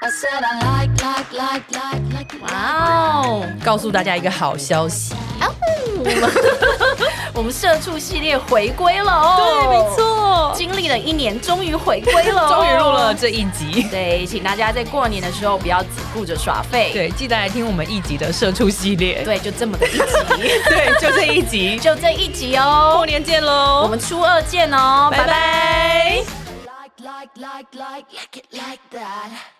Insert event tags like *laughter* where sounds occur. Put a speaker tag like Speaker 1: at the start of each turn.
Speaker 1: I said I like, like, like, like, like, it, like.
Speaker 2: 哇哦！啊嗯
Speaker 3: 告诉大家一个好消息， *laughs*
Speaker 2: 我们社畜系列回归了哦，
Speaker 3: 对，没，错，
Speaker 2: 经历了一年，终于回归 *laughs* 了、
Speaker 3: 终于录了。哦这一集。
Speaker 2: 对，请大家在过年的时候不要只顾着耍废，
Speaker 3: 对，记得来听我们一集的社畜系列。
Speaker 2: 对，就这么的一集，
Speaker 3: *laughs* 对，就这一集，
Speaker 2: *laughs* 就这一集哦
Speaker 3: *laughs* 过。年见
Speaker 2: 我
Speaker 3: 喽，
Speaker 2: 们初二见哦，拜拜
Speaker 3: 拜拜
Speaker 1: Like, like, like, like, like it like that.